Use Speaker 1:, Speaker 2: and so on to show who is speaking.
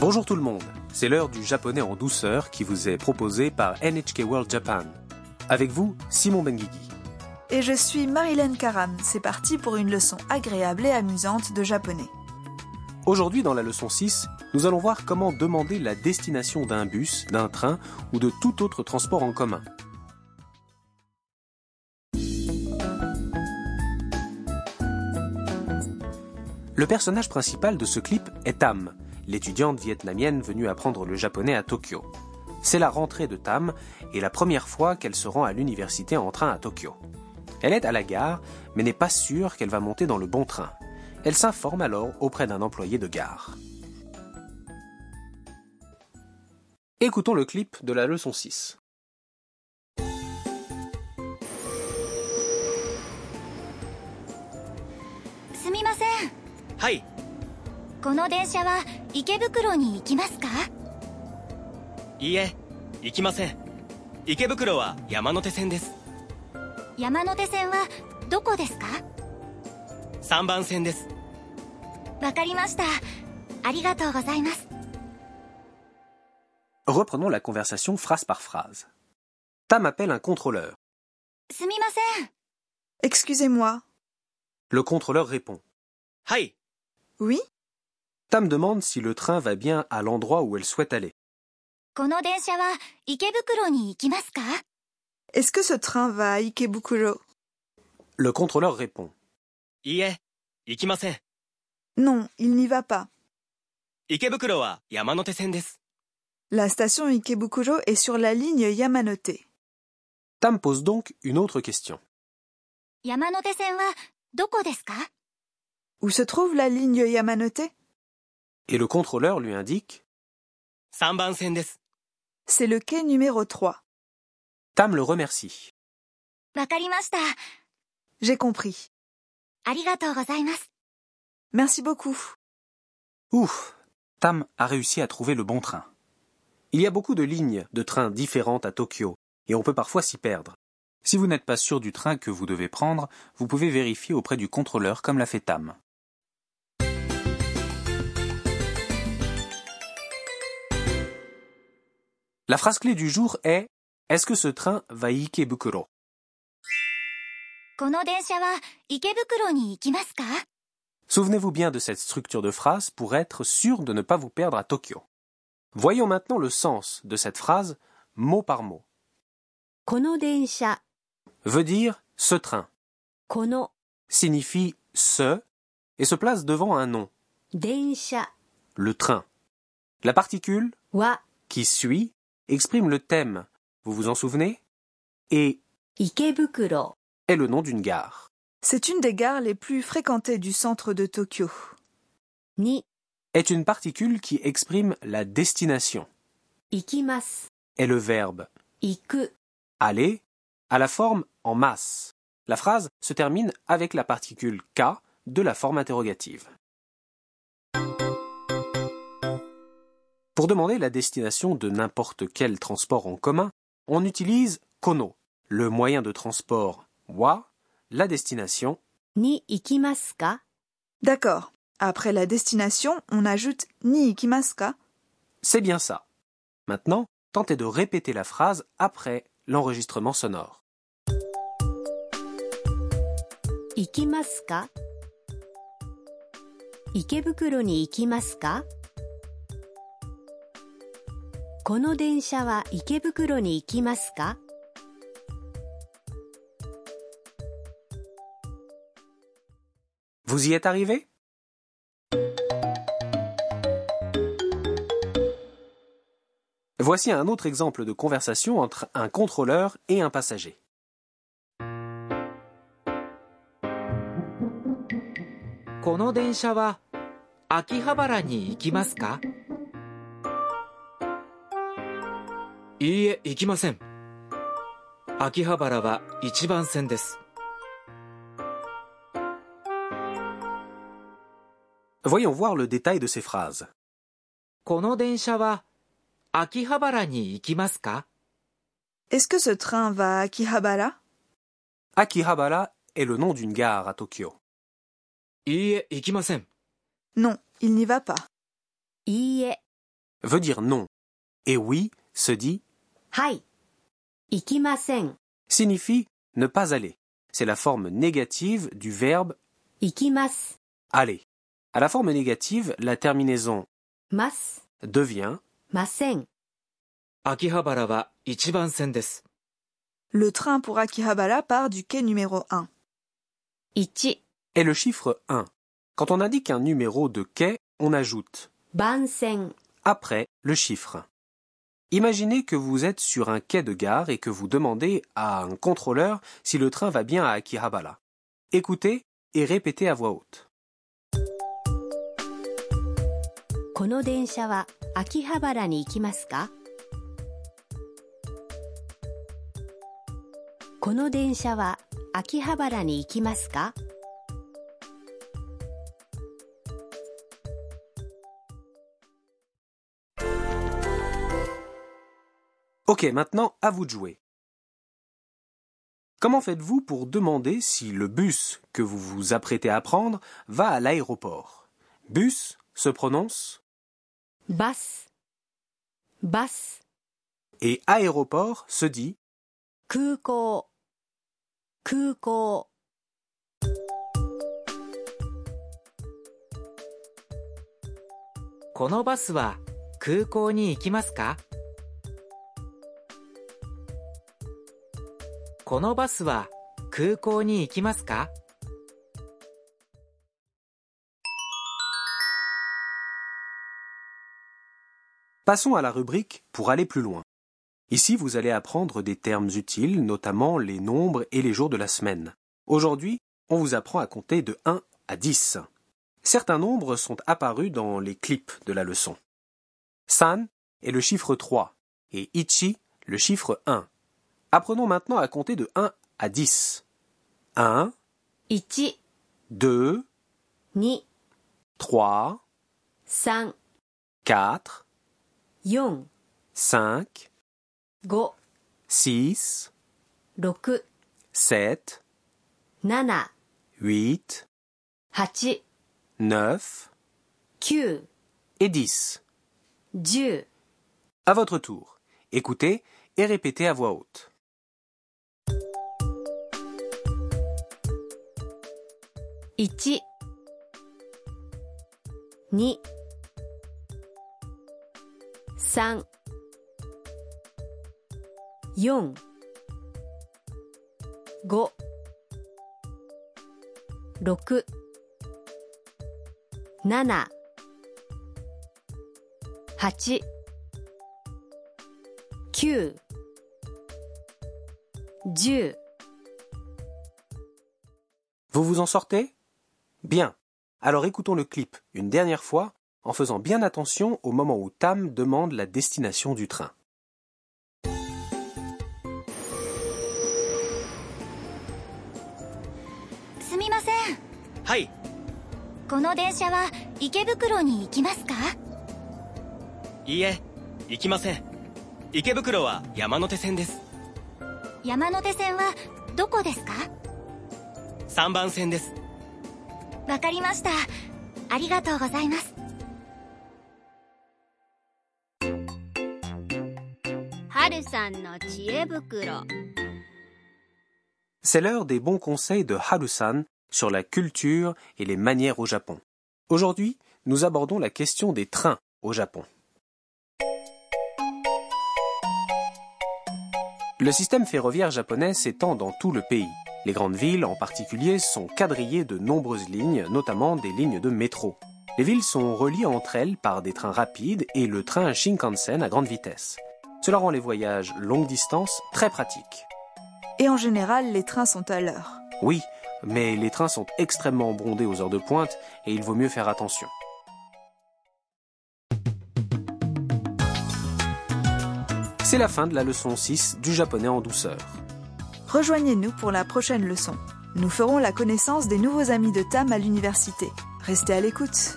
Speaker 1: Bonjour tout le monde, c'est l'heure du japonais en douceur qui vous est proposée par NHK World Japan. Avec vous, Simon Benguigui.
Speaker 2: Et je suis Marilyn Karam. C'est parti pour une leçon agréable et amusante de japonais.
Speaker 1: Aujourd'hui dans la leçon 6, nous allons voir comment demander la destination d'un bus, d'un train ou de tout autre transport en commun. Le personnage principal de ce clip est Tam, l'étudiante vietnamienne venue apprendre le japonais à Tokyo. C'est la rentrée de Tam et la première fois qu'elle se rend à l'université en train à Tokyo. Elle est à la gare, mais n'est pas sûre qu'elle va monter dans le bon train. Elle s'informe alors auprès d'un employé de gare. Écoutons le clip de la leçon 6.
Speaker 3: すみません
Speaker 4: はい
Speaker 3: この電車は池袋に行きますか
Speaker 4: いいえ行きません池袋は山手線です
Speaker 3: 山手線はどこですか
Speaker 4: 3番線です
Speaker 3: わかりましたありがとうございます
Speaker 1: Reprenons la conversation phrase par phrase. Tam appelle un contrôleur.
Speaker 3: すみません
Speaker 2: Excusez-moi.
Speaker 1: Le contrôleur répond.
Speaker 4: はい
Speaker 2: Oui
Speaker 1: Tam demande si le train va bien à l'endroit où elle souhaite aller.
Speaker 3: この電車は池袋に行きますか
Speaker 2: Est-ce que ce train va à Ikebukuro
Speaker 1: Le contrôleur répond.
Speaker 4: いいえ行きません
Speaker 2: Non, il n'y va pas.
Speaker 4: 池袋は山手線です
Speaker 2: La station Ikebukuro est sur la ligne Yamanote.
Speaker 1: Tam pose donc une autre question.
Speaker 3: 山手線はどこですか
Speaker 2: Où se trouve la ligne Yamanote
Speaker 1: Et le contrôleur lui indique.
Speaker 4: 3番線です
Speaker 2: C'est le quai numéro 3.
Speaker 1: Tam le remercie.
Speaker 3: わかりました
Speaker 2: J'ai compris.
Speaker 3: ありがとうございます
Speaker 2: Merci beaucoup.
Speaker 1: Ouf Tam a réussi à trouver le bon train. Il y a beaucoup de lignes de trains différentes à Tokyo, et on peut parfois s'y perdre.
Speaker 5: Si vous n'êtes pas sûr du train que vous devez prendre, vous pouvez vérifier auprès du contrôleur comme l'a fait Tam.
Speaker 1: La phrase clé du jour est Est-ce que ce train va à Ikebukuro
Speaker 3: この電車は池袋に行きますか
Speaker 1: Souvenez-vous bien de cette structure de phrase pour être sûr de ne pas vous perdre à Tokyo. Voyons maintenant le sens de cette phrase mot par mot.
Speaker 6: この電車、
Speaker 1: Veut dire ce train,
Speaker 6: この
Speaker 1: signifie ce et se place devant un nom,
Speaker 6: 電車
Speaker 1: le train. La particule
Speaker 6: は
Speaker 1: qui suit exprime le thème, vous vous en souvenez Et
Speaker 6: 池袋。
Speaker 1: est le nom d'une gare.
Speaker 2: C'est une des gares les plus fréquentées du centre de Tokyo.
Speaker 6: に
Speaker 1: Est une particule qui exprime la destination,
Speaker 6: 行きます。
Speaker 1: est le verbe
Speaker 6: 行く。
Speaker 1: aller à la forme en masse. La phrase se termine avec la particule K de la forme interrogative. Pour demander la destination de n'importe quel transport en commun, on utilise Kono, le moyen de transport wa, la destination
Speaker 6: に行きますか
Speaker 2: D'accord. Après la destination, on ajoute ni ikimaska.
Speaker 1: C'est bien ça. Maintenant, tentez de répéter la phrase après l'enregistrement sonore.
Speaker 6: 行きますか池袋に行きますかこの電車は池袋に行きますか
Speaker 1: Vous y êtes arrivé Voici un autre exemple de conversation entre un contrôleur et un passager.
Speaker 7: この電車は秋葉原に行きますかいいえ行きません秋葉原は1番線です
Speaker 1: Voyons voir le détail de ces phrases.
Speaker 7: この電車は秋葉原に行きますか
Speaker 2: Est-ce que ce train va à Akihabara
Speaker 1: Akihabara est le nom d'une gare à Tokyo.
Speaker 7: いいえ行きません
Speaker 2: Non, il n'y va pas.
Speaker 6: いいえ、
Speaker 1: veut dire non. Et oui se dit
Speaker 6: はい。行きません。
Speaker 1: signifie ne pas aller. C'est la forme négative du verbe
Speaker 6: 行きます。
Speaker 1: aller. À la forme négative, la terminaison
Speaker 6: ます。
Speaker 1: devient
Speaker 6: ません。
Speaker 7: 秋葉原は一番線です。
Speaker 2: Le train pour Akihabara part du quai numéro 1.
Speaker 6: 1、
Speaker 1: est le chiffre 1. Quand on indique un numéro de quai, on ajoute
Speaker 6: 番線。
Speaker 1: après le chiffre. Imaginez que vous êtes sur un quai de gare et que vous demandez à un contrôleur si le train va bien à Akihabara. Écoutez et répétez à voix haute.
Speaker 6: この電車は秋葉原に行きますかこの電車は秋葉原に行きますか
Speaker 1: Ok, maintenant à vous de jouer. Comment faites-vous pour demander si le bus que vous vous apprêtez à prendre va à l'aéroport Bus se prononce
Speaker 6: バスバス
Speaker 1: et aéroport se dit
Speaker 6: 空港空港
Speaker 7: このバスは空港に行きますかこのバスは空港に行きますか
Speaker 1: Passons à la rubrique pour aller plus loin. Ici, vous allez apprendre des termes utiles, notamment les nombres et les jours de la semaine. Aujourd'hui, on vous apprend à compter de 1 à 10. Certains nombres sont apparus dans les clips de la leçon. San est le chiffre 3 et Ichi le chiffre 1. Apprenons maintenant à compter de 1 à 10. 1,
Speaker 6: 1
Speaker 1: 2,
Speaker 6: 2
Speaker 1: 3,
Speaker 6: 3
Speaker 1: 4,
Speaker 6: 4
Speaker 1: 5,
Speaker 6: 5
Speaker 1: 6,
Speaker 6: 6
Speaker 1: 7,
Speaker 6: 7
Speaker 1: 8,
Speaker 6: 8
Speaker 1: 9,
Speaker 6: 9
Speaker 1: et 10.
Speaker 6: 10
Speaker 1: À votre tour. Écoutez et répétez à voix haute.
Speaker 6: 1 2 3 4 5 6 7 8 9 10
Speaker 1: Vous vous en sortez Bien. Alors écoutons le clip une dernière fois en faisant bien attention au moment où Tam demande la destination du train.
Speaker 3: すみません
Speaker 4: はい
Speaker 3: この電車は池袋に行きますか
Speaker 4: いいえ行きません池袋は山手線です
Speaker 3: 山手線はどこですか
Speaker 4: 3番線です
Speaker 3: わかりましたありがとうございます
Speaker 8: 春さんの知恵袋
Speaker 1: C'est l'heure des bons conseils de Harusan sur la culture et les manières au Japon. Aujourd'hui, nous abordons la question des trains au Japon. Le système ferroviaire japonais s'étend dans tout le pays. Les grandes villes en particulier sont quadrillées de nombreuses lignes, notamment des lignes de métro. Les villes sont reliées entre elles par des trains rapides et le train Shinkansen à grande vitesse. Cela rend les voyages longue distance très pratiques.
Speaker 2: Et en général, les trains sont à l'heure.
Speaker 1: Oui, mais les trains sont extrêmement bondés aux heures de pointe et il vaut mieux faire attention. C'est la fin de la leçon 6 du japonais en douceur.
Speaker 2: Rejoignez-nous pour la prochaine leçon. Nous ferons la connaissance des nouveaux amis de Tam à l'université. Restez à l'écoute.